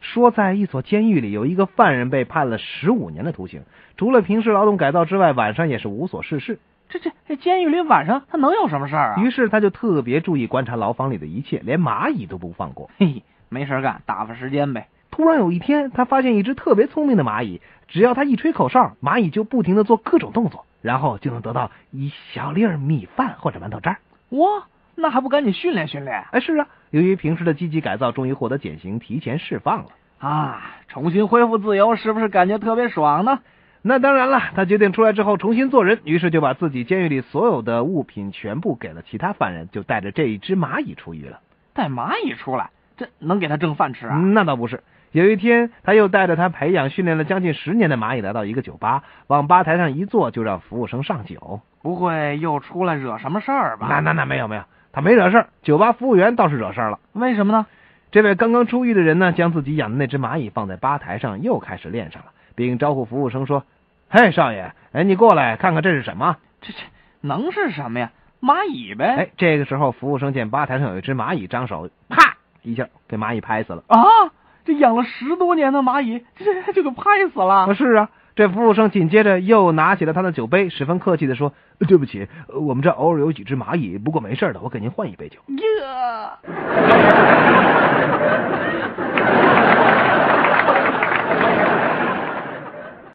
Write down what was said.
说在一所监狱里有一个犯人被判了十五年的徒刑，除了平时劳动改造之外，晚上也是无所事事。这这这监狱里晚上他能有什么事儿啊？于是他就特别注意观察牢房里的一切，连蚂蚁都不放过。嘿，没事儿干，打发时间呗。突然有一天，他发现一只特别聪明的蚂蚁，只要他一吹口哨，蚂蚁就不停的做各种动作，然后就能得到一小粒儿米饭或者馒头渣儿。哇，那还不赶紧训练训练哎，是啊，由于平时的积极改造，终于获得减刑，提前释放了。啊？重新恢复自由，是不是感觉特别爽呢？那当然了，他决定出来之后重新做人，于是就把自己监狱里所有的物品全部给了其他犯人，就带着这一只蚂蚁出狱了。带蚂蚁出来，这能给他挣饭吃啊？嗯那倒不是。有一天，他又带着他培养训练了将近十年的蚂蚁来到一个酒吧，往吧台上一坐，就让服务生上酒。不会又出来惹什么事儿吧？那那那没有没有，他没惹事儿，酒吧服务员倒是惹事儿了。为什么呢？这位刚刚出狱的人呢，将自己养的那只蚂蚁放在吧台上，又开始练上了，并招呼服务生说：“嘿，少爷，哎，你过来看看这是什么这这能是什么呀？蚂蚁？”呗。哎，这个时候服务生见吧台上有一只蚂蚁，张手啪一下给蚂蚁拍死了。啊，这养了十多年的蚂蚁，这这就给拍死了啊，。是啊，这服务生紧接着又拿起了他的酒杯，十分客气的说：“对不起，呃我们这偶尔有几只蚂蚁，不过没事的，我给您换一杯酒。呀，